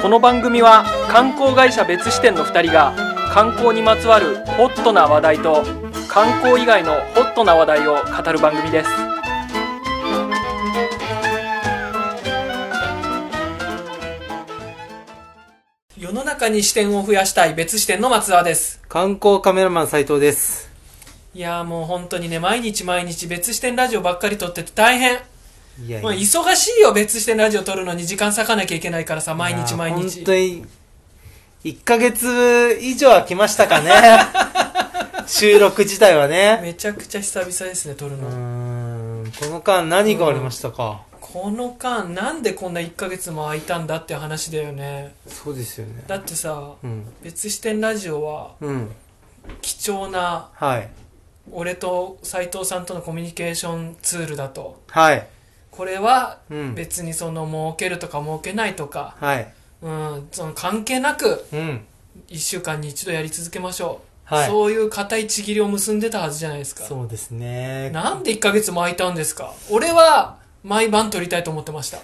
この番組は観光会社別支店の2人が観光にまつわるホットな話題と観光以外のホットな話題を語る番組です世の中に視点を増やしたい別支店の松沢です観光カメラマン斉藤です。いやーもう本当にね毎日毎日別支店ラジオばっかり撮ってて大変いやまあ、忙しいよ別支店ラジオ撮るのに時間割かなきゃいけないからさ毎日毎いや日本当に、1ヶ月以上は来ました かね。収録自体はね。めちゃくちゃ久々ですね撮るうの、ーん、この間何がありましたか。この間なんでこんな1ヶ月も空いたんだって話だよねそうですよね。だってさうん。別支店ラジオはうん。貴重なはい。俺と斉藤さんとのコミュニケーションツールだとはい。これはうん。別にその儲けるとか儲けないとか、はい。うん、その関係なくうん。 1週間に一度やり続けましょう、はい。そういう固いちぎりを結んでたはずじゃないですかそうですね。なんで1ヶ月も空いたんですか俺は毎晩撮りたいと思ってました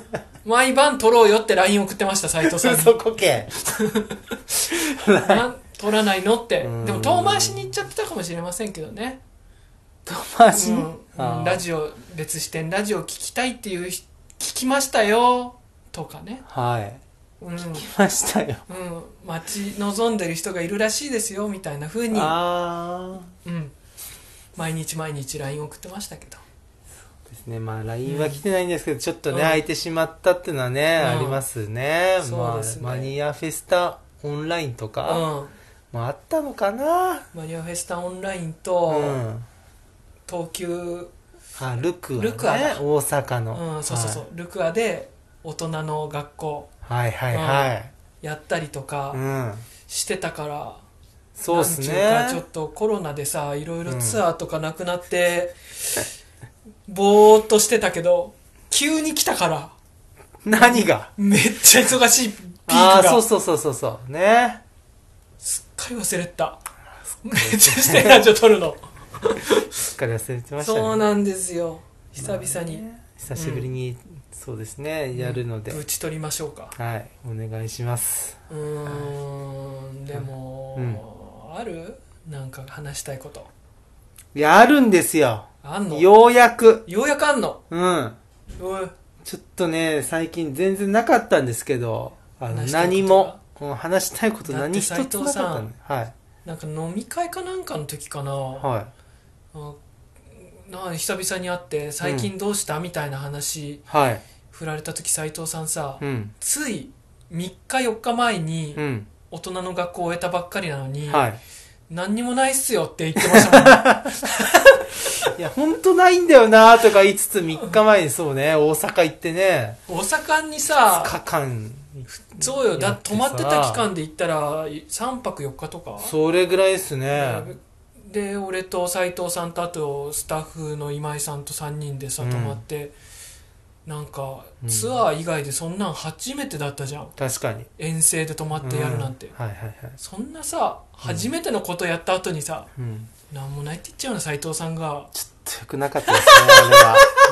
毎晩撮ろうよって LINE 送ってました斉藤さんにそこけ。なん撮らないのってうんでも遠回しに行っちゃってたかもしれませんけどね、遠回しうにんあうんーラジオ別視点ラジオ聞きたいっていう人聞きましたよとかねはい。うん、うん、来ましたよ。待ち望んでる人がいるらしいですよみたいな風に、あー。うん、毎日毎日 LINE 送ってましたけどですね、まあ LINE は来てないんですけど、ちょっとね、うん空いてしまったっていうのはね、うんありますね,、そうまであすねマニアフェスタオンラインとか、うんまああったのかなマニアフェスタオンラインうと、ん東急あルクアねルクア大だ阪の、うん、そうそうそう、ルクアで大人の学校はい、はいはいはいやったりとかうんしてたから、そうっすなんちねゅうかちょっとコロナでさいろいろツアーとかなくなって、ぼーっとしてたけど急に来たから何がめっちゃ忙しいピークああがそうそうそうそうそうねすっかり忘れてためっちゃしてラジオ撮るの、すっかり忘れてましたねそうなんですよ久々に、ね久しぶりに、そうですねやるので、ぶち取りましょうかはいお願いしますうーんでも、あるなんか話したいこといやあるんですよあんのようやくようやくあんのうんおいちょっとね、最近全然なかったんですけど、あの話したいこと何も、うん話したいこと何だ一ってつなかった斉ね。はい。なんか飲み会かなんかの時かな,、はあな久々に会って最近どうした、みたいな話い。はい。振られた時斉藤さんさ、うん。つい3日4日前にうん。大人の学校を終えたばっかりなのに、はい。何にもないっすよって言ってました もん、ね、いや、ほんとないんだよなとか言いつつ、3日前にそうね、大阪行ってね、大阪に2さ日間、そうよだやって泊さまってた期間で行ったら3泊4日とかそれぐらいですね。で俺と斉藤さんとあとスタッフの今井さんと3人でさうん泊まって、なんかうんツアー以外でそんなん初めてだったじゃん確かに。遠征で泊まってやるなんて、うはいはいはい。そんなさ初めてのことやった後にさ、うん。なんもないって言っちゃうの斉藤さんがちょっと良くなかったですね、あ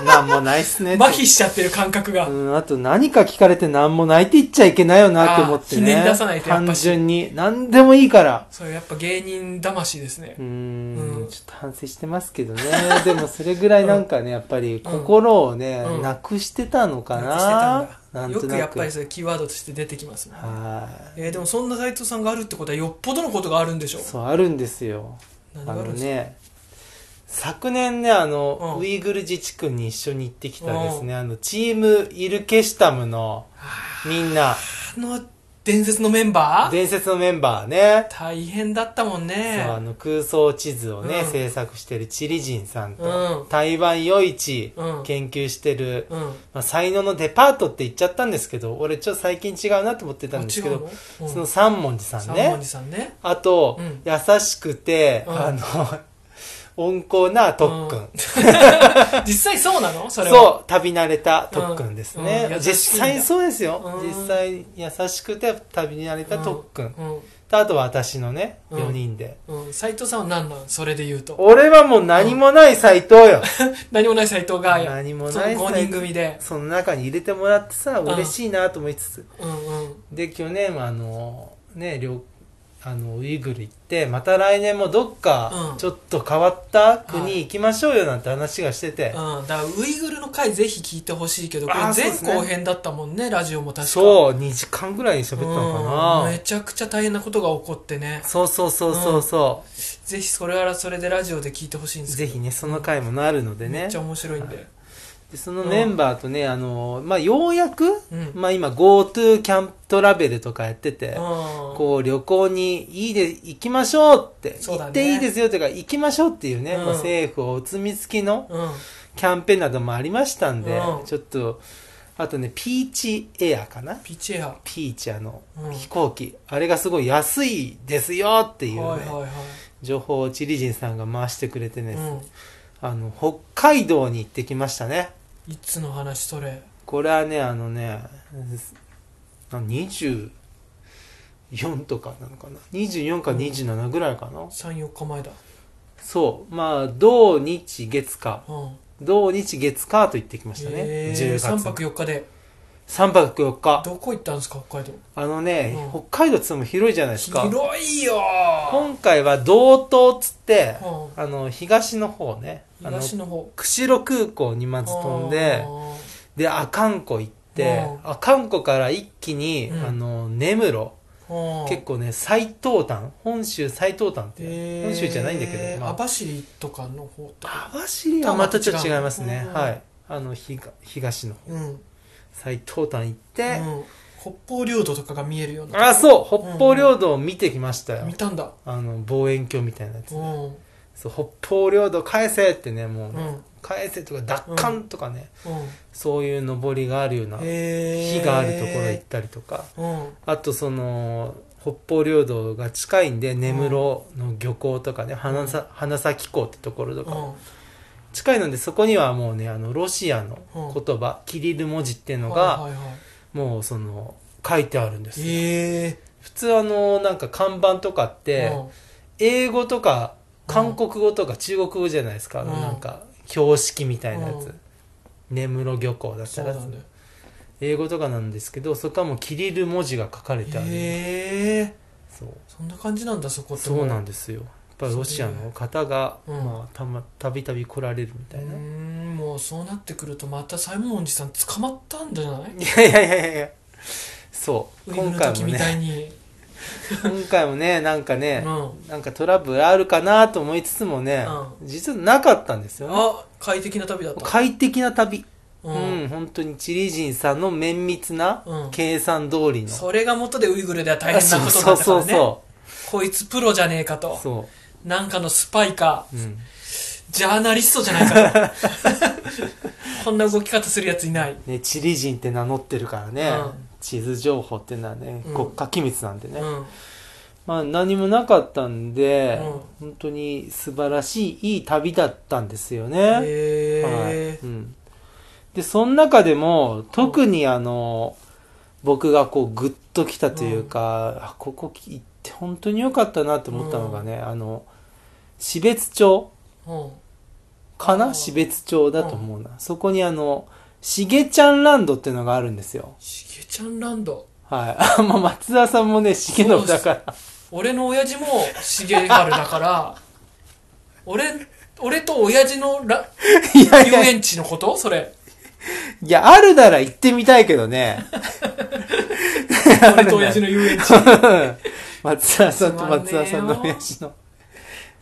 れは。なんもないっすね。麻痺しちゃってる感覚が、うん、あと何か聞かれて何も泣いていっちゃいけないよなって思ってね。あーひねり出さないとやっぱ単し純に。何でもいいから。それやっぱ芸人魂ですねうーんうんちょっと反省してますけどね。 でもそれぐらいなんかね、やっぱり心をね、うんなくしてたのかなくしてたんな。なだんよとくなやっぱりく。それキーワードとして出てきますもんはえーでもそんな斉藤さんがあるってことはよっぽどのことがあるんでしい。ょそう、あるんですよ。何あがあのるんですか、ね、昨年ね、あの、うんウイグル自治区に一緒に行ってきたですね、あの、チームイルケシュタムのみんな、あの伝説のメンバー伝説のメンバーね。大変だったもんねそうあの空想地図をね、うん制作してるチリ人さんと、うん台湾夜市うん研究してる、うんまあ、才能のデパートって言っちゃったんですけど俺ちょっと最近違うなと思ってたんですけど、うん、その三文字さん三ね文字さんねあと、うん優しくて、うんあの 温厚な特訓、うん実際そうなのそれはそう旅慣れた特訓ですね、うんうん優しいんだ実際そうですよ、うん実際優しくて旅慣れた特訓、うんとあと私のね、うん4人で。うん、斎藤さんは何なんそれで言うと。俺はもう何もない斎藤よ。何もない斎藤が、何もないその5斎人組で。その中に入れてもらってさ、ん嬉しいなと思いつつ。うんうん。で、去年はあの、ね、両、あの、ウイグル行って、また来年もどっかう、んちょっと変わった国行きましょうよなんて話がしてて。うん、だからウイグルの回ぜひ聞いてほしいけどこれあーそう前ですね後編だったもんねラジオも確かそう、2時間ぐらい喋ったのかうんなめ。ちゃくちゃ大変なことが起こってねそうそうそうそうそぜひそれはそれでラジオで聞いてほしいんう。ですけぜどひね、その回もなるのでめねっち。ゃ面白いんで、でそのメンバーとね、あの、まあ、ようやく、うんまあ、今 GoTo キャンプトラベルとかやってて、うんこう旅行にいいで行きましょうって、そうだね行っていいですよというか行きましょうっていうね、うんまあ政府お墨付きのうん、キャンペーンなどもありましたんで、うんちょっとあとねピーチエアかなピチェア、ピーチあのうん、はい飛行機あれがすごい安いですよっていう、ねはいは情報をチリジンさんが回してくれてい、ね、うあの北海道に行ってきましたねん、いつの話それこれはねあのねあ24とかなのかな24か27ぐらいかな、 34日前だそうまあ土日月火うん土日月火と行ってきましたね、え10ー、月3泊4日で3泊4日どこ行ったんですか北海道あのね、うん北海道っつっても広いじゃないですか広いよ今回は道東っつって、うんあの東の方ねあの東の方釧路空港にまず飛んでで阿寒湖行ってう阿寒湖から一気に、うんあの根室結結構ね最東端本州最東端って、本州じゃないんだけど、まあ網走とかの方とか網走はまたちょっと違いますね、うんはいあのひが東の方うん、うん、最東端行って、北方領土とかが見えるようなあそう北方領土を見てきましたよ、見たんだあの望遠鏡みたいなやつ、うんうんそう北方領土返せってねもうね、うん返せとか奪還とかね、そういう登りがあるようなへ火があるところ行ったりとか、ろあとその北方領土が近いんで根室の漁港とかね、花さ花咲港ってところとうか、んうん近いのでそこにはもうねあのロシアの言葉、キリル文字っていうのがはいはいはいもうその書いてあるんですよ、へえ普通あのなんか看板とかって、うん英語とか韓国語とか中国語じゃないですか、あのうんなんか標識みたいなやつ、うん根室漁港だったそうらなんだよ英語とかなんですけどそこはもうキリル文字が書かれてある、へえそうそんな感じなんだそこってそうなんだですよやっぱりロシアの方が、うんまあ、たまたびたび来られるみたいな、いもうそうなってくるとまた左衛門おじさん捕まったんじゃないやいやいやいやそうウイグル今の回時もみたい ねに今回もねなんかうね、んなんかトラブルあるかなと思いつつもね、実はなかったんですよねあ快適な旅だった快適な旅ううん、本当にチリ人さんの綿密なうん計算通りの。それが元でウイグルでは大変なことそだうったかそうらねそこいつプロじゃねえかう。とそなんかのスパイかう。うん。ジャーナリストじゃない かとこんな動き方するやついないね、チリ人って名乗ってるからね、うん地図情報っていうのはね、うん国家機密なんでね。うんまあ何もなかったんで、う本当に素晴らしいいい旅だったんですよね。へはいえうん、で、その中でも、特にあの、僕がこうグッときたというか、あここ行って本当に良かったなと思ったのがね、あの、標津町。うんかうなん標津町だと思うな。そこにあの、しげちゃんランドっていうのがあるんですよ。しげちゃんランドはい。あ、 まあ、松田さんもね、しげのぶだから。俺の親父もしげはるだから 俺俺と親父のラいやい遊や、い園地のことそれや、あるなら行ってみたいけどね。 俺と親父の遊園 地松田さんと松田さんの親父の。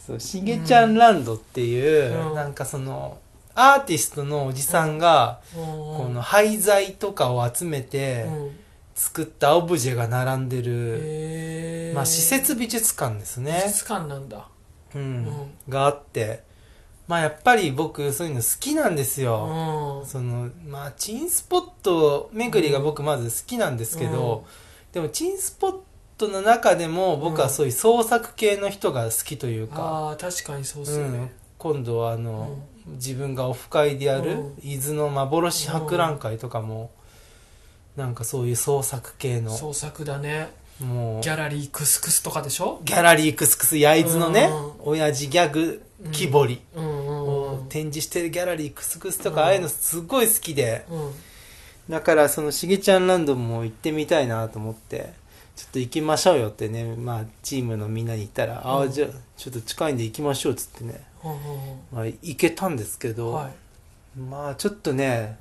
そう、しげちゃんランドっていう、うんなんかその、アーティストのおじさんが、ここの廃材とかを集めて作ったオブジェが並んでる、へえまあ、施設美術館ですね。美術館なんだうんうんがあってまあやっぱり僕そういうの好きなんですうよ、んそのまあチンスポット巡りが僕まず好きなんですけど、でもチンスポットの中でも僕はそういう創作系の人が好きというか、ああ確かにそうっうすよんね、今度はあの、自分がオフ会でやるうん伊豆の幻博覧会とかも、なんかそういう創作系の創作だねもうギャラリークスクスとかでしょギャラリークスクス焼津のねうん親父ギャグ木彫りうんうんうをん展示してるギャラリークスクスとうかんああいうのすごい好きでうんだからそのしげちゃんランドも行ってみたいなと思ってちょっと行きましょうよってねまあチームのみんなに言ったらあうあんじゃあちょっと近いんで行きましょうっつってねうんうんまあ行けたんですけうんどはいまあちょっとね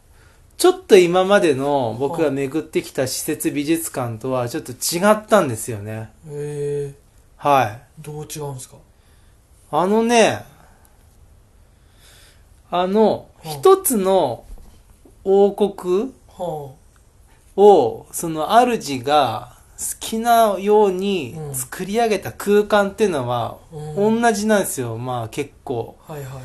ちょっと今までの僕が巡ってきた施設美術館とはちょっと違ったんですよねえはいー、どう違うんですかあのね、あの、うん一つの王国はを、その主が好きなようにうん作り上げた空間っていうのは、あ、うん同じなんですよ。まあ結構。はいはいはい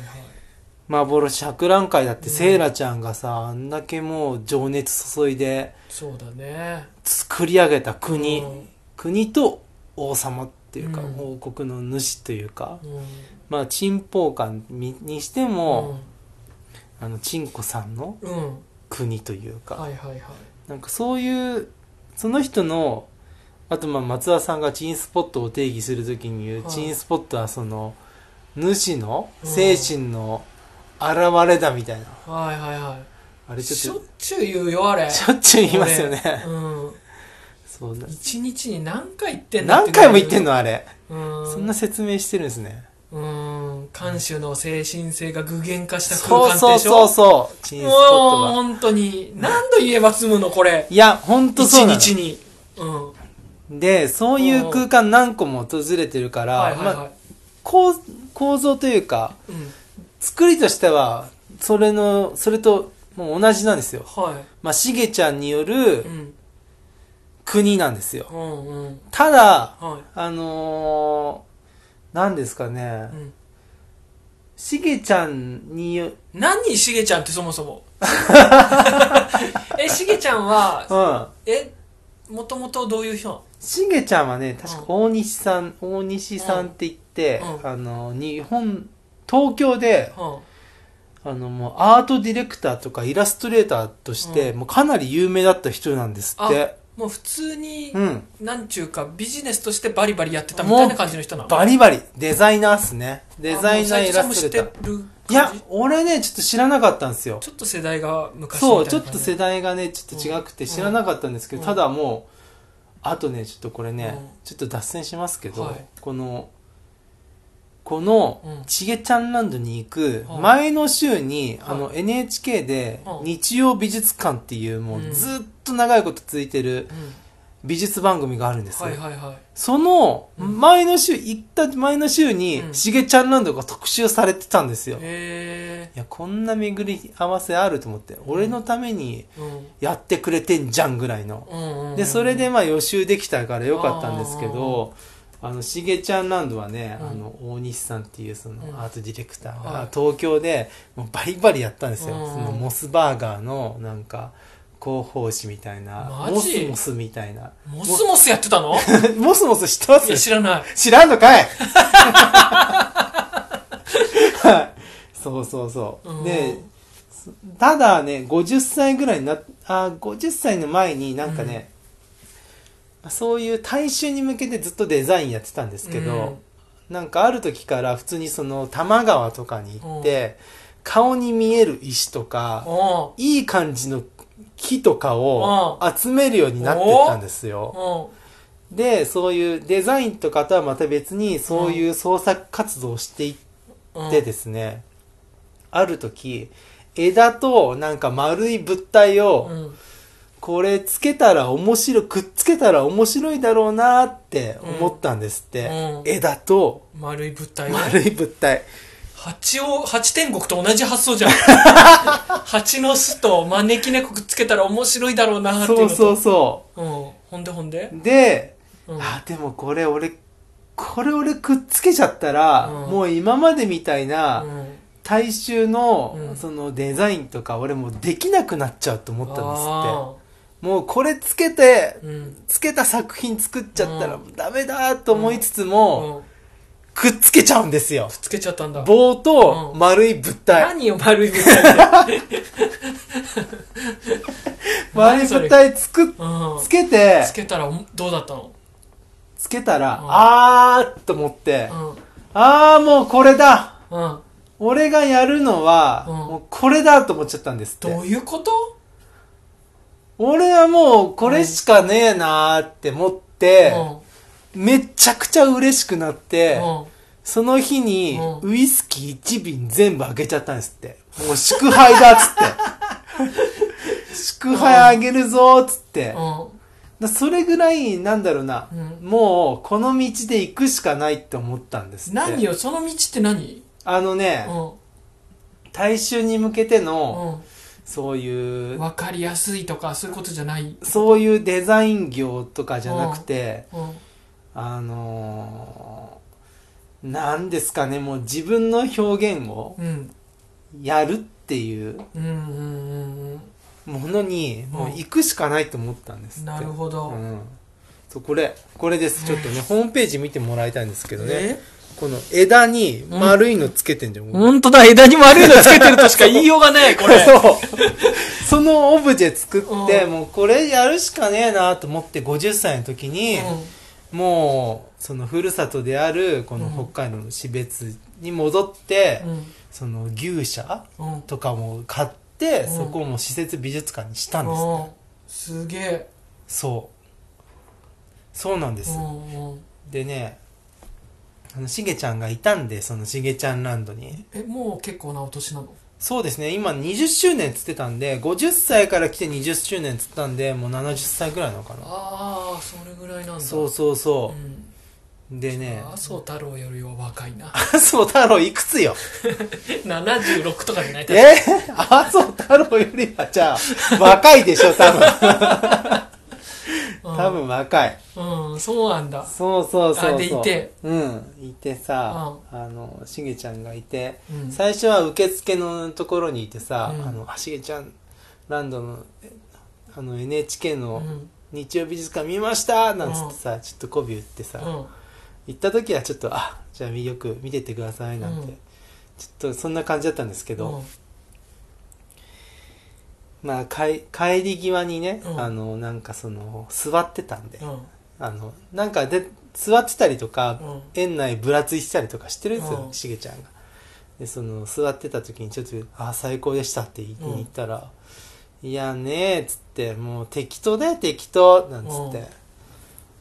幻博覧会だって、うんセイラちゃんがさ、あんだけもう情熱注いでそうだね作り上げた国。うん国と王様っていうか、うん王国の主というか、うんまあ、沈宝館ににしても、あのチンコさんのうん、うん、国というか、はいはいはいなんかそういうその人のあとまあ松田さんがチンスポットを定義するときに言う、はいチンスポットはその主の精神の現れだみたいな、はいはいはいあれちしょっょとっちゅう言うよあれしょっちゅう言いますよね、うんそうだ一日に何回行ってんだ何回も言ってんのあれ、のうんそんな説明してるんですねうん監修の精神性が具現化した空そう間でしょそうそうそうチンスポッもうトは本当に何度言えば済むのこれいやほんと一そうなの日にうんはでそういう空間何個も訪れてるから、いはいまあ、は構構造というかいうん作りとしてはそれのそれともう同じなんですよはまあしげちゃんによいるうん国なんですようんうんただはあのー、何ですかねいうんしげちゃんによ何しげちゃんってそもそ もえしげちゃんはうんえもともとどういう人しげちゃんはね確か大西さん、大西さんって言って、うんあの日本東京でなのはあのもうアートディレクターとかイラストレーターとして、うもうかなり有名だった人なんですってあもう普通にうんなんちゅうかビジネスとしてバリバリやってたみたいな感じの人なのバリバリデザイナーっすねデザイナーイラストレーターーいや、俺ね、ちょっと知らなかったんですよ。ちょっと世代が昔みたいそなう、ちょっと世代代がね、ちょっと違くてうん知らなかったんですけど、うんただもう、あとね、ちょっとこれね、うんちょっと脱線しますけど、はいこの、このうん、ちげちゃんランドに行くはい前の週に、はいあの NHK でうん日曜美術館っていうもうんうずっと長いこと続いてる美術番組があるんですよ。はいはいはいそのうん前の週、行った前の週にう、んしげちゃんランドが特集されてたんですよ。へいや、こんな巡り合わせあると思って、俺のためにえうんやってくれてんじゃんぐらいの。うんうんうんで、それでまあ予習できたからよかったんですけど、あの、しげちゃんランドはね、うんあの、大西さんっていうそうんのアートディレクターはがい東京でもうバリバリやったんですよ。うんそのモスバーガーのなんか、広報誌みたいな、マモジスモスみたいな。 モスモスやってたのモスモス知ってまいやす知らない知らんの かいはいそうそうそう。うんで、ただね、50歳ぐらいになっ、あ、50歳の前になんかね、そういう大衆に向けてずっとデザインやってたんですけど、なんかある時から普通にその多摩川とかに行って、顔に見える石とうんか、おいい感じの木とかを集めるようになってったんですよ。おで、そういうデザインとかとはまた別に、そういう創作活動をしていってですね、ある時、枝となんか丸い物体うを、んこれつけたら面白い、くっつけたら面白いだろうなって思ったんですって。うん枝と丸い物体を丸い物体。蜂を蜂天国と同じ発想 じゃん蜂の巣と招き猫くっつけたら面白いだろうなっていうそのうとそうそうんほんでほんでう。で、うんあ、でもこれ俺、これ俺くっつけちゃったら、うんもう今までみたいな、うん大衆の、うんそのデザインとか俺もうできなくなっちゃうと思ったんですってもうこれつけてあーうんつけた作品作っちゃったらうダメだと思いつつも、うんくっつけちゃうんですよつけちゃったんだ棒とうん丸い物体、何よ丸い物体って丸い物体つうくんつけてつけたらどうだったのつけたら、うんあーっと思って、うん。あーもうこれだうん。俺がやるのは、うんもうこれだと思っちゃったんですって。どういうこと俺はもうこれしかねえなーって思って、めちゃくちゃ嬉しくなって、うその日にうウイスキー1瓶全部あげちゃったんですって。もう祝杯だっつ って。祝杯あげるぞーっつっん。て。うん。だそれぐらい、なんだろうな、うもうこの道で行くしかないって思ったんですって。何よ、その道って何あのうね、ん。大衆に向けての、うそういん。う、わかりやすいとか、そういうことじゃない。そういうデザイン業とかじゃなくて、うん。あのー、なんですかね、もう自分の表現をうん。やるっていううん。うん。ものに、もう行くしかないと思ったんですって。なるほどうんそうこれ、これです。ちょっとね、ホームページ見てもらいたいんですけどね。えこの枝に丸いのつけてんじゃん。ほんとだ、枝に丸いのつけてるとしか言いようがない、こ れ。そう。そのオブジェ作って、うんもうこれやるしかねえなと思って50歳の時に、もう、そのふるさとである、このうん北海道の標別に戻って、うん。うん。その牛舎うん。とかも買って、うんそこも施設美術館にしたんです、うんすげえ。そう。そうなんです。うんうんでね、あの、しげちゃんがいたんで、そのしげちゃんランドに。え、もう結構なお年なのそうですね、今20周年っつってたんで、50歳から来て20周年っつったんで、もう70歳ぐらいなのかな。ああ、それぐらいなんだ。そうそうそうう。ん。でね、麻生太郎よりは若いな。 麻生太郎いくつよ76とかじゃない え麻生太郎よりはじゃあ、若いでしょ、多分。多。分若い。うんうん、そうなんだ。そうそうそうそう。あでいて。うん。いてさ、あの、しげちゃんがいて、うん最初は受付のところにいてさ、うんあの、あしげちゃん、ランドの、えあの、NHK うのん。日曜美術館見ましたなんつってさ、ちょっと媚び打ってさ、うん。行った時はちょっと、あ、じゃあよく見てってくださいなんて、うんちょっとそんな感じだったんですけど、まあ、かい帰り際にね、うんあのなんかその座ってたんで、うん。あのなんかで座ってたりとか、うん園内ぶらついてたりとかしてるんですよ、うんしげちゃんがでその座ってた時にちょっと「あ最高でした」って言いうん言ったら「いやね」っつって「もう適当だよ適当」なんつって、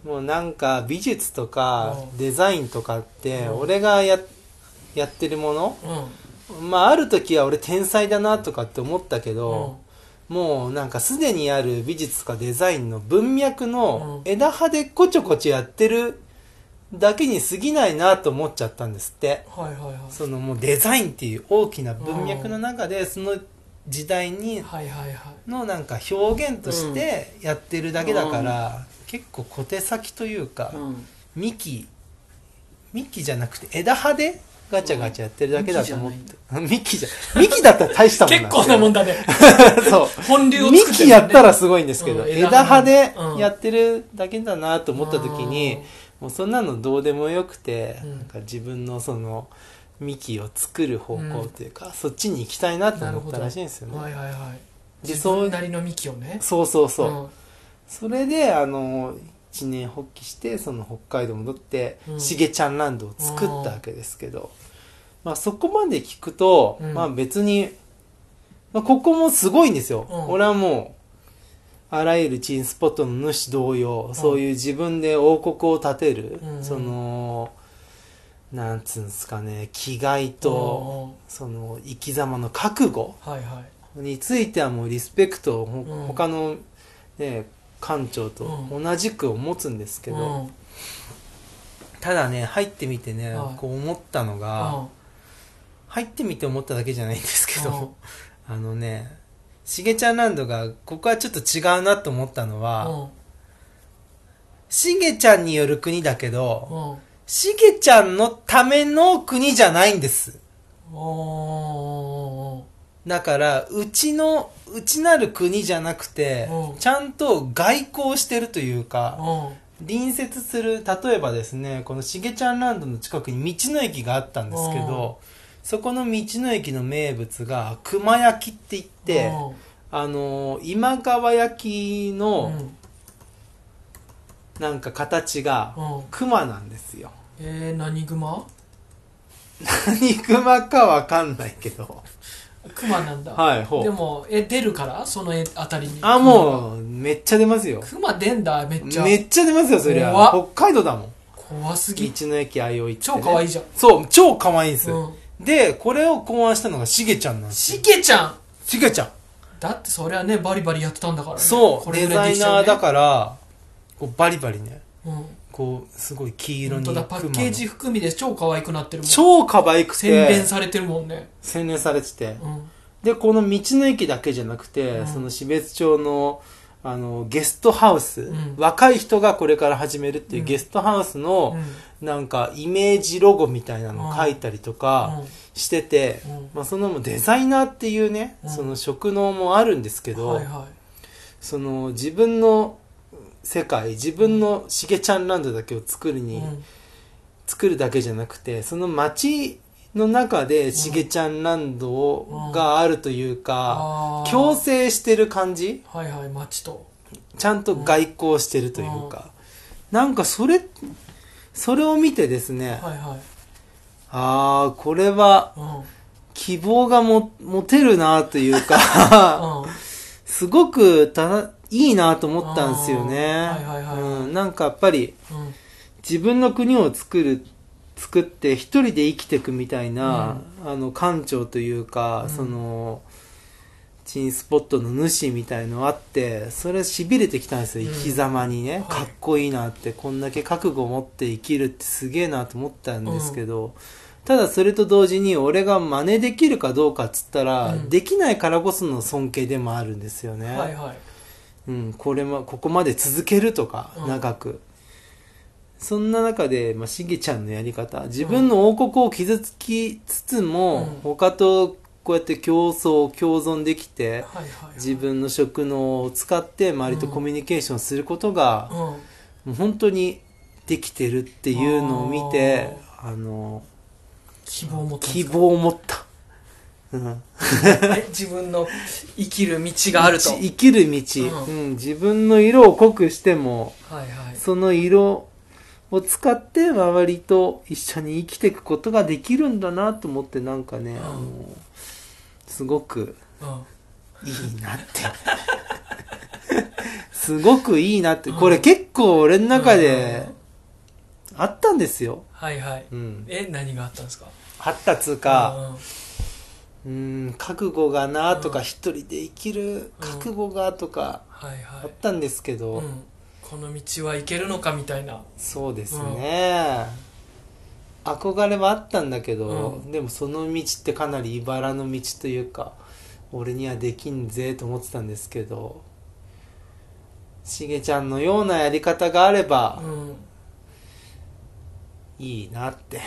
もうなんか美術とかうんデザインとかって、うん俺がややってるもの、うん。まあある時は俺天才だなとかって思ったけうど、ん。もうなんかすでにある美術とかデザインの文脈のう枝葉でこちょこちょやってるだけに過ぎないなと思っちゃったんですって。はいはいはい。そのもうデザインっていう大きな文脈の中でその時代にはいはいはい。のなんか表現としてやってるだけだから結構小手先というかうん。幹幹じゃなくて枝葉でガチャガチャやってるだけだと思って幹じゃ 幹だったら大したもん結構なもんだ ね。だそう本流を作って幹るやもんねったらすごいんですけど、うん枝葉でうんやってるだけだなと思った時に、もうそんなのどうでもよくて、うんなんか自分のその幹を作る方向というか、そっちに行きたいなと思ったらしいんですよはいね。はいはい。で自そう分なりの幹をね。そうそうそう。うん。それであの一年発起してその北海道戻って、うんしげちゃんランドを作ったわけですけど、まあ、そこまで聞くと、うんまあ別に、まあ、ここもすごいんですよ、うん俺はもうあらゆるチンスポットの主同様、んそういう自分で王国を立てる、うんそのなんつうんですかね気概と、その生き様の覚悟うん。はいはい。についてはもうリスペクトをほ、うん他の、ね、館長とう同じく思つんですけど、うん。うんただね入ってみてね、はいこう思ったのが、入ってみて思っただけじゃないんですけど、 あのねしげちゃんランドがここはちょっと違うなと思ったのうはんしげちゃんによる国だけどうん。しげちゃんのための国じゃないんですおーだからうちのうちなる国じゃなくてうんちゃんと外交してるというかうん隣接する例えばですねこのしげちゃんランドの近くに道の駅があったんですけどそこの道の駅の名物が熊焼きって言ってあの今川焼きうんのなんか形がうん。熊なんですよ えー、何熊何熊かわかんないけど熊なんだ。はいほでうも、え、出るからその絵あたりに。あもうめっちゃ出ますよう。熊出んだ、めっちゃ。めっちゃ出ますよそりゃ怖っ北海道だもん怖す道ぎ。の駅あいおいって、超可愛いいじゃん。そう超可愛いんです、うん。でこれを考案したのがしげちゃんなんですしげちゃんしげちゃんだってそりゃね、バリバリやってたんだからね。そう、デぐらいでザイきちゃナうねーだから、こうバリバリね、うん。こう、すごい黄色本に。当だ、パッケージ熊の含みで超可愛くなってるもん。超可愛くて。洗練されてるもんね。洗練されてて。うん。で、この道の駅だけじゃなくて、うんその標別町の、あの、ゲストハウス、ん若い人がこれから始めるっていううんゲストハウスうの、んなんか、イメージロゴみたいなのを書いたりとかうしてて、んうんまあ、そのもうデザイナーっていうね、うんその職能もあるんですけど、はいはその自分の世界自分のしげちゃんランドだけを作るい。に、うん作るだけじゃなくてその街の中でしげちゃんランドを、うんがあるというか、あー共生してる感じはいはい、街と。ちゃんと外交してるというか、なんかそれそれを見てですね、はいはい。ああこれはうん。希望がも持てるなとい うか、うん。すごくただいいなと思ったんですよね、あーはいはいはいうん、なんかやっぱりうん自分の国を作る作って一人で生きていくみたいな、あの館長といううか、んその珍スポットの主みたいのあってそれしびれてきたんですよ、うん生き様にね、はいかっこいいなってこんだけ覚悟を持って生きるってすげえなと思ったんですけど、ただそれと同時に俺が真似できるかどうかっつったら、うんできないからこその尊敬でもあるんですよね。はいはい。うん、これもここまで続けるとか、うん長くそんな中で、まあ、しげちゃんのやり方自分の王国を傷つきつつも、うん他とこうやって競争共存できてはいはい。自。分の職能を使って周りとうんコミュニケーションすることがう、ん。もう本当にできてるっていうのを見てあの希望を持ってます希望を持った、う ん、ね自分の生きる道があると。は生きる道、ううん、自分の色を濃くしてもいはい。その色を使って周りと一緒に生きていくことができるんだなと思ってなんかね、あのすごくうん。いいなって すごくいいなってこれ結構俺の中であったんですよ、はいはい。うん、え、何があったんですかあったつうか、うん覚悟がなとか、うん一人で生きる覚悟がとかうんはいはあっい。たんですけど、うん。この道はいけるのかみたいな。そうですね、憧れはあったんだけど、うでもその道ってかなり茨の道というか俺にはできんぜと思ってたんですけどしげちゃんのようなやり方があればうん。いいなって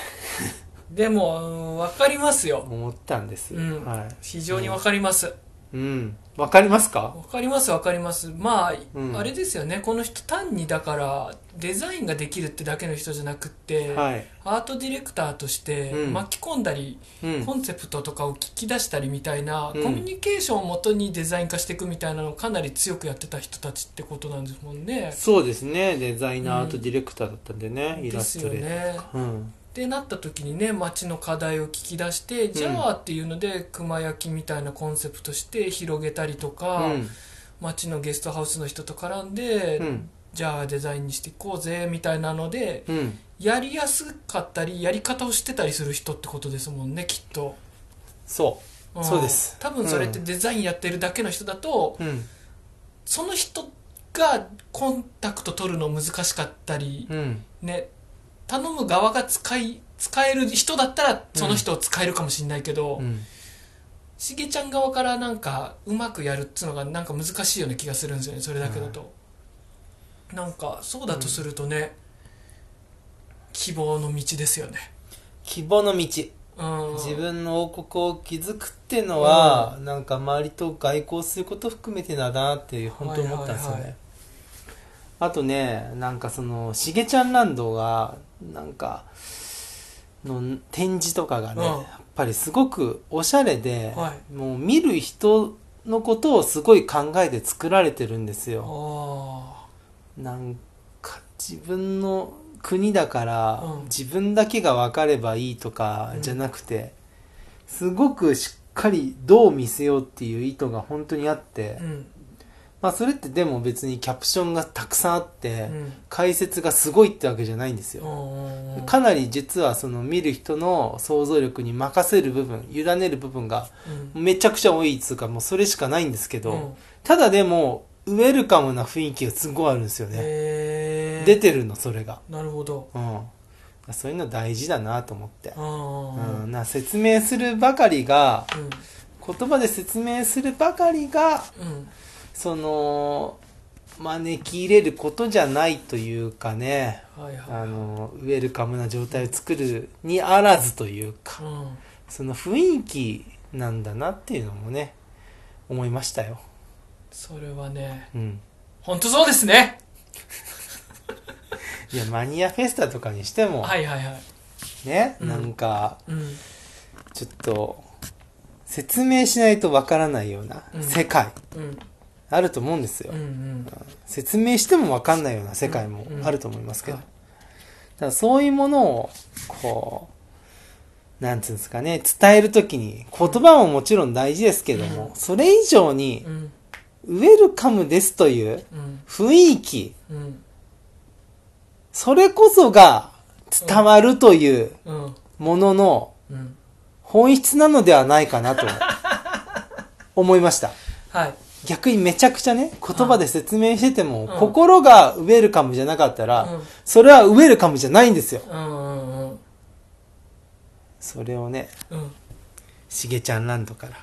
でも、うんわかりますよ。思ったんです、うんはい非常にわかります。うんわかりますかわかりますわかります。まあ、うんあれですよね。この人単にだから、デザインができるってだけの人じゃなくって、はい、アートディレクターとしてうん巻き込んだり、うん、コンセプトとかを聞き出したりみたいな、うんコミュニケーションをもとにデザイン化していくみたいなのをかなり強くやってた人たちってことなんですもんね。そうですねデザイナーうんアートディレクターだったんでね、イでラすスよトレーね。ター、うんってなった時にね町の課題を聞き出して、じゃあっていうので熊焼きみたいなコンセプトして広げたりとか、うん町のゲストハウスの人と絡んで、うんじゃあデザインにしていこうぜみたいなのでうんやりやすかったりやり方をしてたりする人ってことですもんねきっと。そんそうです多分それってデザインやってるだけの人だと、ううんその人がコンタクト取るの難しかったり、うんね頼む側が使い使える人だったらその人を使えるかもしれないけど、うんしげちゃん側からなんかうまくやるっつうのがなんか難しいような気がするんですよねそれだけだと、なんかそうだとするとね、希望の道ですよね希望の道うん自分の王国を築くってのは、なんか周りと外交すること含めてだなって本当思ったんですよね、はいはいはいあとねなんかそのしげちゃんランドがなんかの展示とかがね、うんやっぱりすごくおしゃれで、はもう見る人のことをすごい考えて作られてるんですよあなんか自分の国だから、うん自分だけが分かればいいとかじゃなくて、すごくしっかりどう見せようっていう意図が本当にあって、うんまあそれってでも別にキャプションがたくさんあっうて、ん解説がすごいってわけじゃないんですよ、うんうんかなり実はその見る人の想像力に任せる部分委ねる部分がうんめちゃくちゃ多いっつうかもうそれしかないんですけど、うんただでもウェルカムな雰囲気がすごいあるんですよね、へー出てるのそれが、なるほどうん、そういうの大事だなと思って、あうあん、な説明するばかりがうん言葉で説明するばかりがうんその招き入れることじゃないというかねはいはあのウェルカムな状態を作るにあらずといういかうんその雰囲気なんだなっていうのもね思いましたよ、それはねうん、本当そうですねいやマニアフェスタとかにしてもはいはいはいね、うんなんかうんちょっと説明しないとわからないようなうん世界、うんあると思うんですよ、うんうん説明してもわかんないような世界もうんうんあると思いますけど、はいただそういうものをこうなんつうんですかね伝えるときに言葉ももちろん大事ですけども、うんそれ以上にうんウェルカムですといううん雰囲気うんそれこそが伝わるといううんもののうん本質なのではないかなと思いましたはい逆にめちゃくちゃね言葉で説明してても、うん心がウェルカムじゃなかったら、うんそれはウェルカムじゃないんですようんうんうんそれをねうんしげちゃんランドから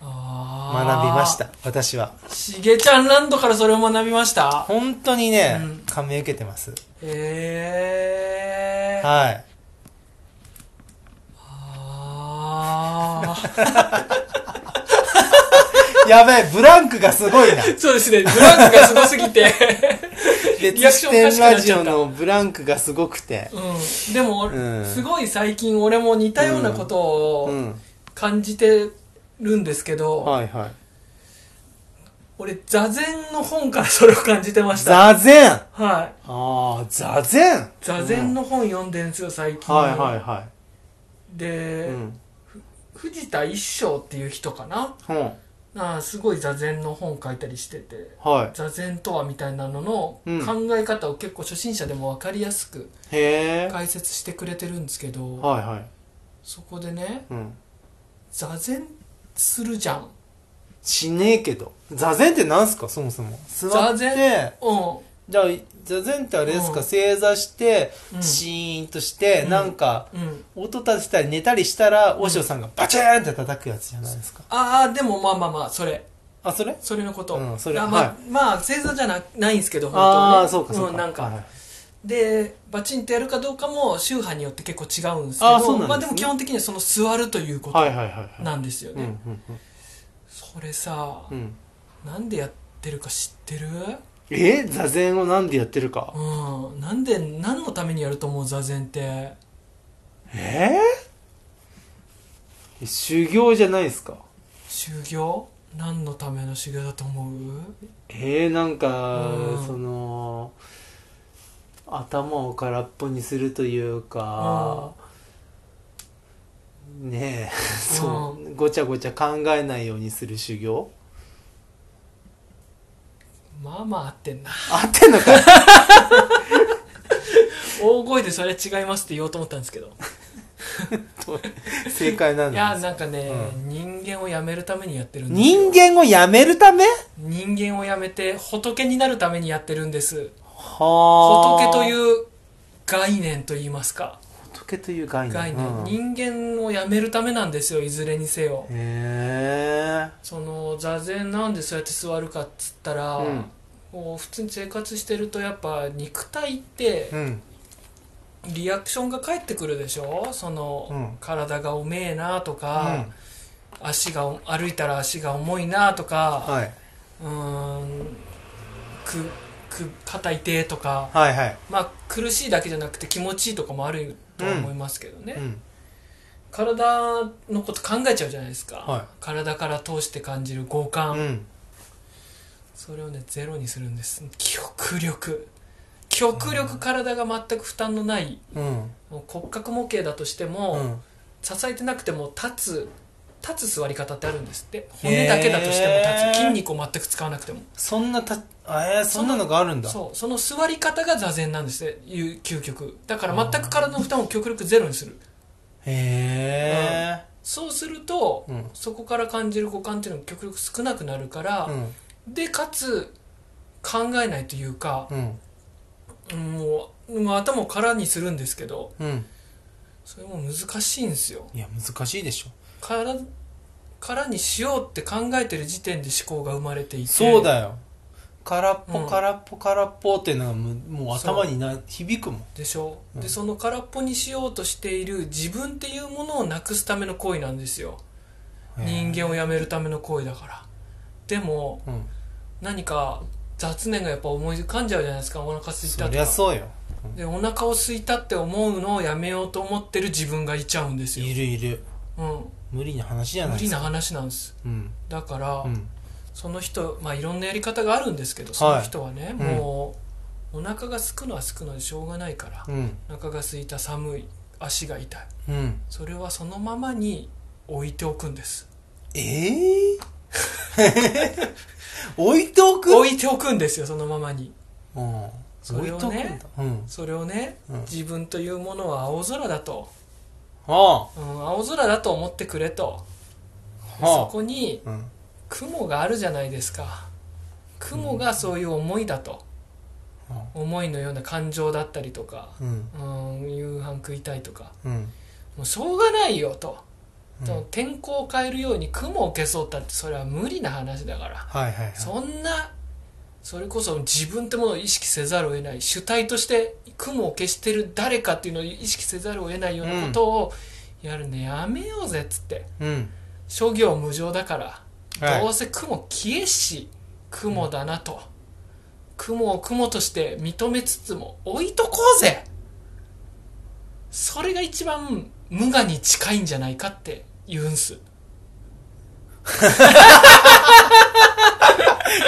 あー学びました私はしげちゃんランドからそれを学びました本当にね、うん感銘受けてますへえー、はいあーやべえブランクがす ごいなそうですね、ブランクがすごすぎ て。リアク別ショ視ンおか点しくなラっちジゃオった。のブランクがすごくてうん、でも、うんすごい最近俺も似たようなことをうん感じてるんですけど、はいはい俺、座禅の本からそれを感じてました。座禅あはい。あ座禅座禅の本読んでんすよ、最近。はいはいはで、いうん藤田一生っていう人かな。うんあーすごい座禅の本書いたりしてて。は座禅とはみたいなのの考うんえ方を結構初心者でも分かりやすくいへえ解説してくれてるんですけど、はいはいそこでねうん座禅するじゃんしねえけど座禅ってなんすかそもそも座って座禅うじゃあ座禅ってあれですか、うん正座して、うんシーンとして、うんなんかんうん音立てたり寝たりしたら、ん和尚さんがバチーンって叩くやつじゃないですか。ああでもまあまあまあそれあ、それそれのこと、うんそれあまあ、はまあ正座じゃなないんですけど本当はねああー、そうかそうか。ん、なんか、はいはいでバチンってやるかどうかも宗派によって結構違うんですけどあーそうなんでまあですねも基本的にはその座るというこはいとはいはいはなんですよい。うんね、うんそれさ、うんうん。なんでやってるか知ってるえ座禅をなんでやってるか。うんなんで何のためにやると思う座禅ってえー、修行じゃないですか。修行何のための修行だと思うえー、なんか、うんその、頭を空っぽにするというか、ねえ、 そう、ごちゃごちゃ考えないようにする修行 まあまあ合ってんな合ってんのか大声でそれは違いますって言おうと思ったんですけどと 正解なんいでやすなんかね、人間を辞めるためにやってるんです人よ間をやめるため人間を辞めて仏になるためにやってるんですは仏とういう概念と言いますか仏という概念概念、うん人間を辞めるためなんですよいずれにせよへその座禅なんでそうやって座るかっつったら、えうんこう普通に生活してるとやっぱ肉体ってうんリアクションが返ってくるでしょその、うん体が重えなとはか、足が歩いたら足が重いなとか、いうーんくく肩痛えとかはいはいまあ苦しいだけじゃなくて気持ちいいとかもあるとは思いますけどね、うん体のこと考えちゃうじゃないですか、はい体から通して感じる五感、うんそれをねゼロにするんです記憶力極力体が全く負担のないうんもう骨格模型だとしても、うん支えてなくても立つ立つ座り方ってあるんですって骨だけだとしても立つ、へー筋肉を全く使わなくてもそんなたえー、そんなのがあるんだそうその座り方が座禅なんですねいう究極だから全く体の負担を極力ゼロにするへえそうすると、うんそこから感じる五感っていうのが極力少なくなるから、うんでかつ考えないというか、うんもうもう頭を空にするんですけどうんそれも難しいんですよいや難しいでしょから空にしようって考えてる時点で思考が生まれていてそうだよ空っぽうん空っぽ空っぽっていうのがむもう頭にな響くもんでしょ、うでんその空っぽにしようとしている自分っていうものをなくすための行為なんですよ人間をやめるための行為だからでも間うん何か雑念がやっぱ思い浮かんじゃうじゃないですかお腹空いたそとりゃかそうよでお腹を空いたって思うのをやめようと思ってる自分がいちゃうんですよい、るいるう無理な話じゃん、な無いで理すなか話なんですうんだから、うんその人、まあ、いろんなやり方があるんですけどその人はね、んもうお腹が空くのは空くのでしょうがないからうんお腹が空いた寒い足が痛いうんそれはそのままに置いておくんですええ 置いておく置いておくんですよそのままにうんそれをね置いとくんだうんそれをね、うん自分というものは青空だと、はうん、青空だと思ってくれと、あはあそこにうん雲があるじゃないですか雲がそういう思いだと、思いのような感情だったりとか、うんうん、夕飯食いたいとかうんもうしょうがないよと、うんと天候を変えるように雲を消そうったってそれは無理な話だからはいはいはいそんなそれこそ自分ってものを意識せざるを得ない主体として雲を消してる誰かっていうのを意識せざるを得ないようなことをやるのやめようぜっつってうん諸行無常だから、はいどうせ雲消えし雲だなと、雲を雲として認めつつも置いとこうぜそれが一番無我に近いんじゃないかって言うんす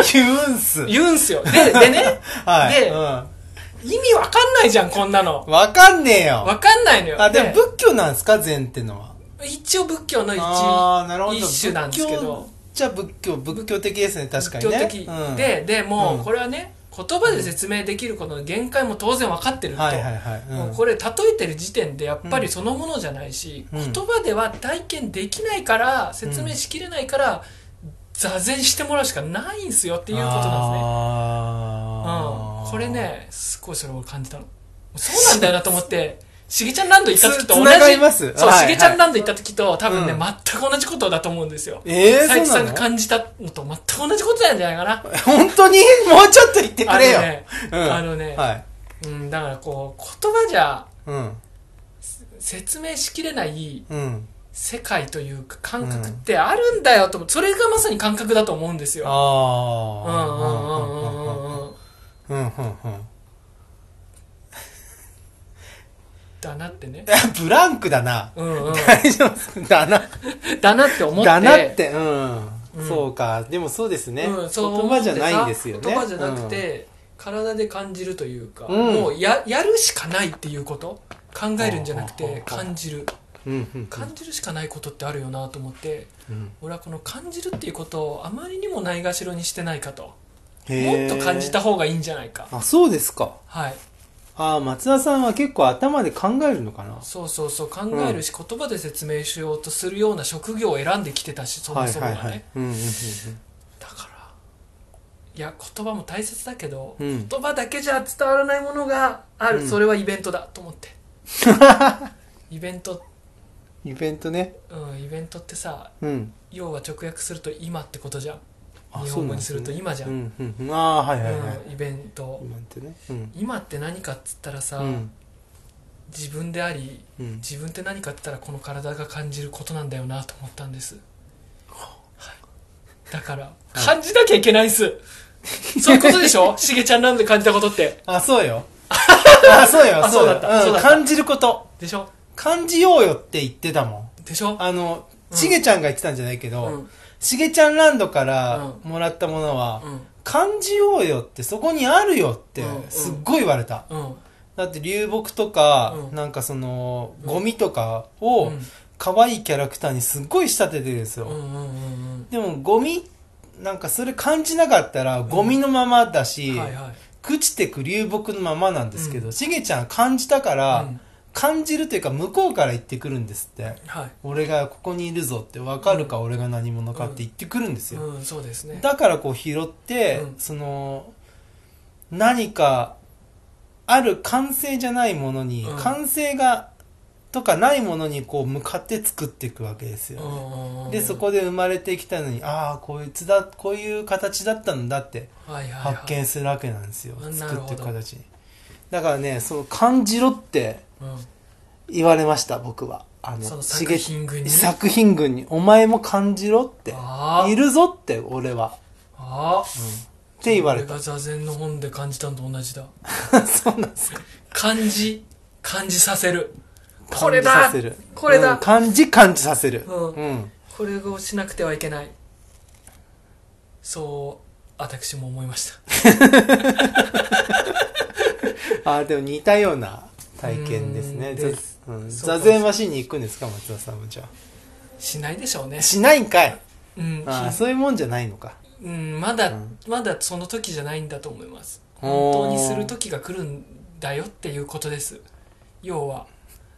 キュンス言うんすよでで ねはいでう意味わかんないじゃんこんなのんわかんねえよわかんないのよあでもね仏教なんですか禅ってのは一応仏教の一ああなるほど一種なんですけど仏教じゃあ仏教仏教的ですね確か仏教にね的、うんででも、うんこれはね言葉で説明できることの限界も当然分かってると、はいはいはいうんもうこれ例えてる時点でやっぱりそのものじゃないし、うん言葉では体験できないから説明しきれないから、座禅してもらうしかないんすよっていうことなんですね、あうーん、これねすごいそれを感じたのそうなんだよなと思って しげちゃんランド行った時とつ同じ繋がりますそう、はいしげちゃんランド行った時と多分ね、うん全く同じことだと思うんですよええ佐伯そさうんがなの感じたのと全く同じことなんじゃないかな本当に もうちょっと言ってくれよあのね、うんあのねはいうん、だからこう言葉じゃうん説明しきれないうん世界というか感覚ってあるんだよと思うそれがまさに感覚だと思うんですようんうんうんうんうんうんああうんうんうんうんうんうんだなって ねブランクだなうんうん大丈夫ですだなだなって思ってだなって、うん、うんそうか。でもそうですね。うん、そう思言ってさ葉じゃないんですよね。言葉じゃなくて、体で感じるというか、うんもうややるしかないっていうこと考えるんじゃなくほうほてうほうほう感じるうん、うん、うん感じるしかないことってあるよなと思ってうん俺はこの感じるっていうことをあまりにもないがしろにしてないかともへっーと感じた方がいいんじゃないかあ、そうですか。はいあー松田さんは結構頭で考えるのかな。そうそうそう考えるし、言葉で説明しようとするような職業を選んできてたしそもはいそもがはね、いはい。うん、うん、だからいや言葉も大切だけど、うん言葉だけじゃ伝わらないものがある、うんそれはイベントだと思って イベント、うん。イベントね。うん、イベントってさうん。要は直訳すると今ってことじゃんあ日そう本な語にんですするねと今じゃん、うん、うん、うん。あーはいはいはい。うんイベント今ってね。うん。今って何かっつったらさ、うん。自分でありうん。自分って何かって言ったらこの体が感じることなんだよなと思ったんです、はい、だから感じなきゃいけないっすそういうことでしょしげちゃんなんで感じたことってあ、そ うよ。あ、そうよ、あそうだよったそうだった感じること。でしょ感じようよって言ってたもん。でしょあの、うんちげちゃんが言ってたんじゃないけど、うんしげちゃんランドからうもらったものは、うん感じようよって、そこにあるよってうんう、んすっごい言われた。うんだって流木とか、うんなんかその、ゴミとかうをん、可愛いキャラクターにすっごい仕立ててるんですよ。うんうんうんでもゴミ、なんかそれ感じなかったら、ゴミのままだうし、んはいはい朽ちてく流木のままなんですけど、うしげちゃん感じたから、うん感じるというか向こうから言ってくるんですって。はい俺がここにいるぞって分かるか俺が何者かって言ってくるんですよ、うんそうですねだからこう拾って、うんその何かある完成じゃないものに、うん完成がとかないものにこう向かって作っていくわけですうよ、んうんうんでそこで生まれてきたのにああこいつだこういう形だったんだってはいはいはい発見するわけなんですよ、なるほど作っていく形にだからねその感じろってう言われました僕はあんそのし作げ品群にね作品群に、お前も感じろって。あーいるぞって、俺は。あーって言われ俺た。が座禅の本で感じたのと同じだ そうなんですか。感じ感じさせるこれだ感じさせるこれだうん感じ、感じさせる。うんうん。これをしなくてはいけないそう私も思いましたああ、でも似たような体験ですうね。んざですうんそう座禅はしに行くんですか、松田さんもじゃしないでしょうねあ。、しないんかい。うんああ、ひそういうもんじゃないのか。うん、まだ、うんまだその時じゃないんだと思いますおー本当にする時が来るんだよっていうことです要は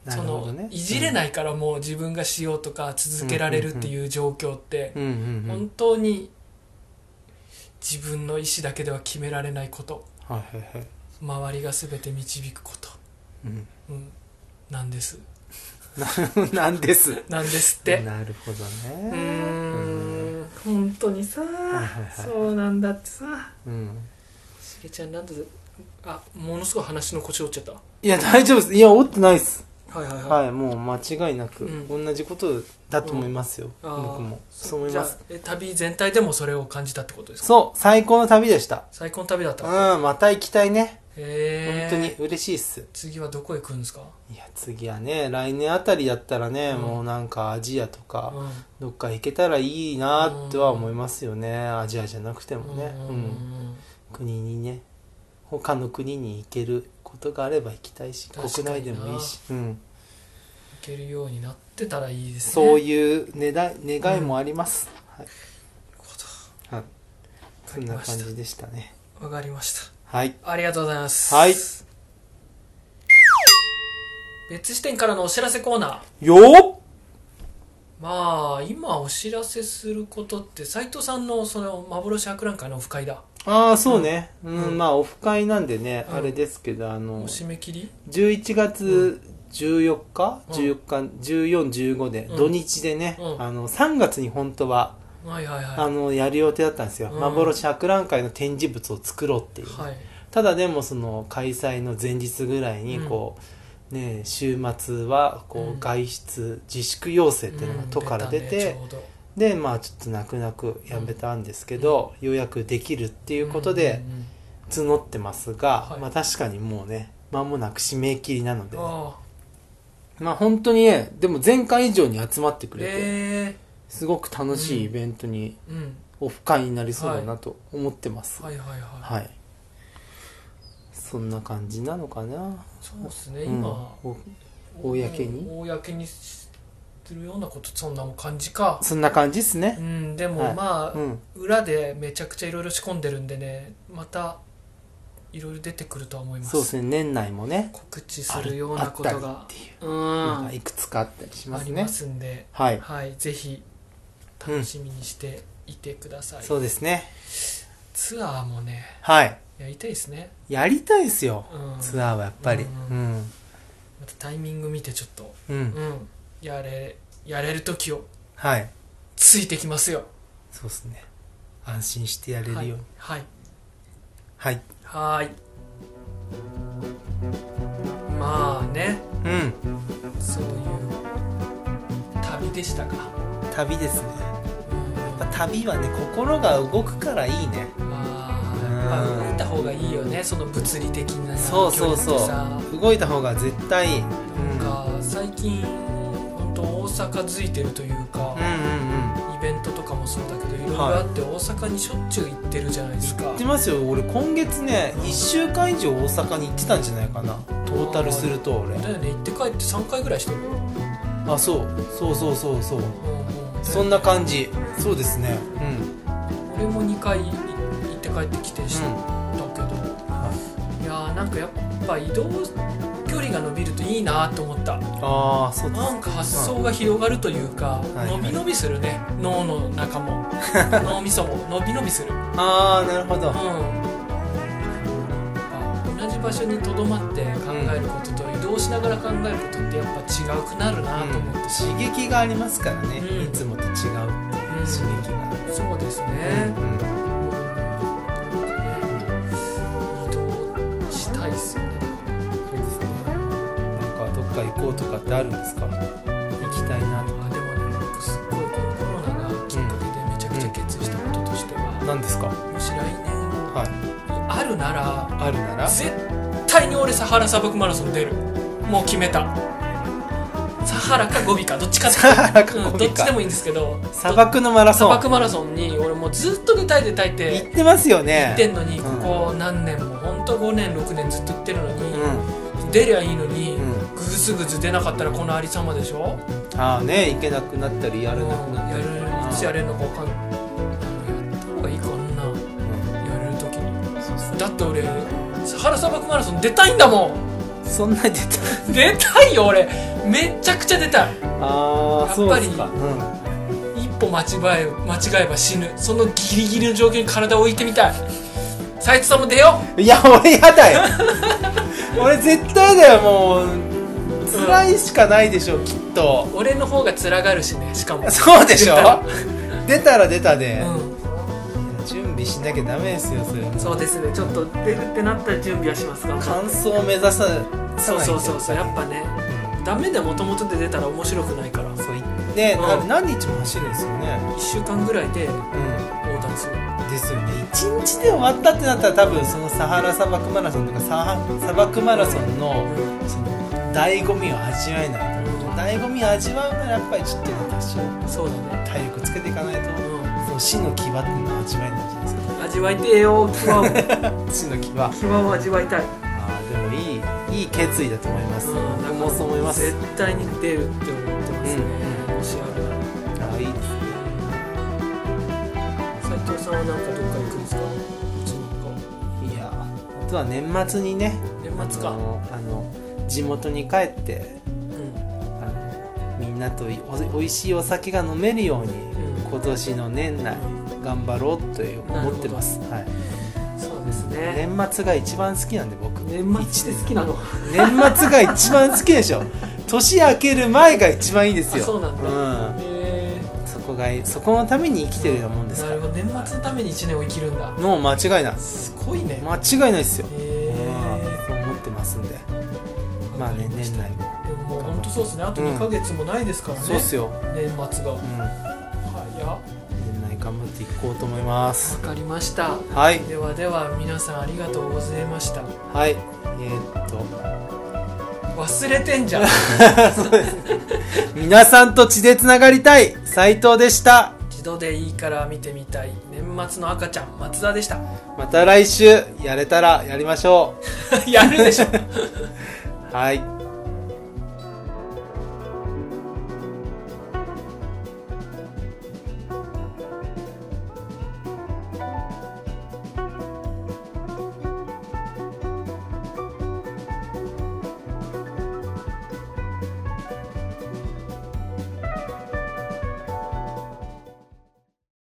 なそるほどの、ね。いじれないからもう自分がしようとか続けられるっていう状況ってうん。うんうんうん。本当に自分の意思だけでは決められないことはいはいはい。周りが全て導くこと、ううん、なんですん。 なんです。なんですってなるほどうーね。ん本当にさいはいはいそうなんだってさうん。しげちゃんなんだぜあものすごい話の腰折っちゃったいや、大丈夫です。いや、折ってないです。はいはいはいはい、もう間違いなく、う同じことだと思いますよ、あー僕もそう思いますじゃあえ旅全体でもそれを感じたってことですかそう最高の旅でした最高の旅だっうたんへまた行きたいね、え本当に嬉しいっす次はどこへ行くんですかいや次はね来年あたりだったらね、うんもうなんかアジアとうか、んどっか行けたらいいなとは思いますよね、アジアじゃなくてもね、うんうん国にね他の国に行けることがあれば行きたいし確か国にな内でもいいし、うん、行けるようになってたらいいですねそういう願い願いもあります、はい、わはいかそんりなま感しじでしたねたわかりましたはいありがとうございますはい別視点からのお知らせコーナーよっまあ今お知らせすることって斎藤さんのその幻博覧会のオフ会だああそうね、うんうんまあオフ会なんでね、うんあれですけどあおの締め切り11月14日、うん14日1415で、うん土日でね、うんあの3月に本当は、はいはいあはのやる予定だったんですよ、うん幻博覧会の展示物を作ろうっていう、いはいただでもその開催の前日ぐらいにうんこう、ね週末はこうんう外出自粛要請っていうのが都から出て、うん出たねでまあちょっと泣く泣くやめたんですけど、ようやくできるっていちょうどうことで、んんん募ってますが、はいまあ確かにもうね間もなく締め切りなのであまあ本当にねでも前回以上に集まってあくれて、えすごく楽しいイベントに、えうんオフ会になりそうだなと思ってますははいはいはい、い、そんな感じなのかなそうですねうん今、お公にうん公にするようなことそんなもん感じかそんな感じっすうね、んではもいまあ、うん、裏でめちゃくちゃいろいろ仕込んでるんでねまたいろいろ出てくるとは思いますそうですね年内もね告知するようなことがあったりってういうのんがいくつかあったりしまあすりねますんで、はい、はい、ぜひ楽しみにしていてください、そうですねツアーもねはいやりたいですね、やりたいですよ、うん、ツアーはやっぱりうんまたタイミング見てちょっと、うん、うんうん、やれやれる時をはいついてきますよそうですね安心してやれるようにはいはいはい、はーいまあねうんそういう旅でしたか、旅ですねうん、やっやっぱ旅はね心が動くからいいねあーやっぱ動いた方がいいよねその物理的なそうそ距う離そってさう動いた方が絶対いい、うん、なんか最近本当大阪づいてるというか、うんうんうんイベントとかもそうだけどいろいろあって大阪にしょっちゅう行ってるじゃないですか、行ってますよ俺今月ね1週間以上大阪に行ってたんじゃないかなトータルすると俺だよね行って帰って3回ぐらいしてるよ、うんあそうそうそうそうそううんそんな感じそうですねうん俺も2回い行って帰ってきてしたけど、いやーなんかやっぱ移動距離が伸びるといいなと思ったああそうですなんか発想が広がるというか、はい伸び伸びするね脳の中 も脳みそも伸び伸びする、うん、ああなるほど同じ場所にとどまって考えることと移動しながら考えることってやっぱ違うくなるなと思ってし、刺激がありますからね、うんいつもと違うっていう刺激が、そうですね、うん移動したいっすよねそうですねなんかどっか行こうとかってあるんですか行きたいなとあでもね僕すっごいこのコロナがきっかけでめちゃくちゃ決意したこととしては、何ですかもし来年はいあるならあるなら絶対に俺サハラ砂漠マラソン出るもう決めたサハラかゴビかどっちか原かうんどっちでもいいんですけど砂漠のマラ砂ソン漠マラソンに俺もうずっと出たい出たいっ行っててますよね言ってんのにここ何年もほんと5年6年ずっと言ってるのうに、ん出りゃいいのに、うんぐずぐず出なかったらこのありさまでしょああね行けなくなったりやれなくなっやたりるいつやれるのかわかんないやった方がいいかなうんやれる時にだって俺サハラ砂漠マラソン出たいんだもんそんな に出出たいよ俺めちゃくちゃ出たいたああやっそうぱでりすかうん一歩間違え間違えば死ぬそのギリギリの状況に体を置いてみたい斉藤さんも出よいや俺やだよ 俺絶対だよもう辛いしかないでしょきっとう俺の方が辛がるしねしかもそうでしょ出たら出たら出たで、う準備しなきゃダメですよそれんそうですねちょっと出るってなったら準備はしますか完走を目指さそうそうそうそうやっぱねうダメでもともとで出たら面白くないから1そういね、うんな何日も走るんですよね週間ぐらいで横断するですよね1日で終わったってなったら多分そのサハラ砂漠マラソンとかサハ砂漠マラソンのその醍醐味を味わえない醍醐味を味わうならやっぱりちょっとなんか足をそうだね体力つけていかないとうその死の牙っていうのは味わえないじゃないでん味わいてえよキワを すか死の牙あキワを味わいたいあでもいいいい決意だと思います、うん僕もそう思います絶対に出るって思ってますね、もしあるならあいいです斉藤さんはなんかどっか行くんですかうちのいやあとは年末にね年末かあのあの地元に帰って子あのみんなといおおいしいお酒が飲めるようにうん今年の年内頑張ろうといなうるほど思ってます、はい、うんそうですね年末が一番好きなんで僕年末で好きなの年末が一番好き でしょ年明ける前が一番いいですよあそうなんだうんえそこがいいそこのために生きてるようなもんでー、すかならるほど年末のために1年を生きるんだもう間違いないすごいね、間違いないですよ、えうんそう思ってますんでー、まあね年内もでももう本当そうですねあと2か月もないですからね、そうっすよ、年末がう早んっ年内頑張っていこうと思いますわかりましたはいではでは皆さんありがとうございましたはいえーっと忘れてんじゃん皆さんと血でつながりたい斉藤でした一度でいいから見てみたい年末の赤ちゃん松田でした また来週やれたらやりましょやるでしょうはい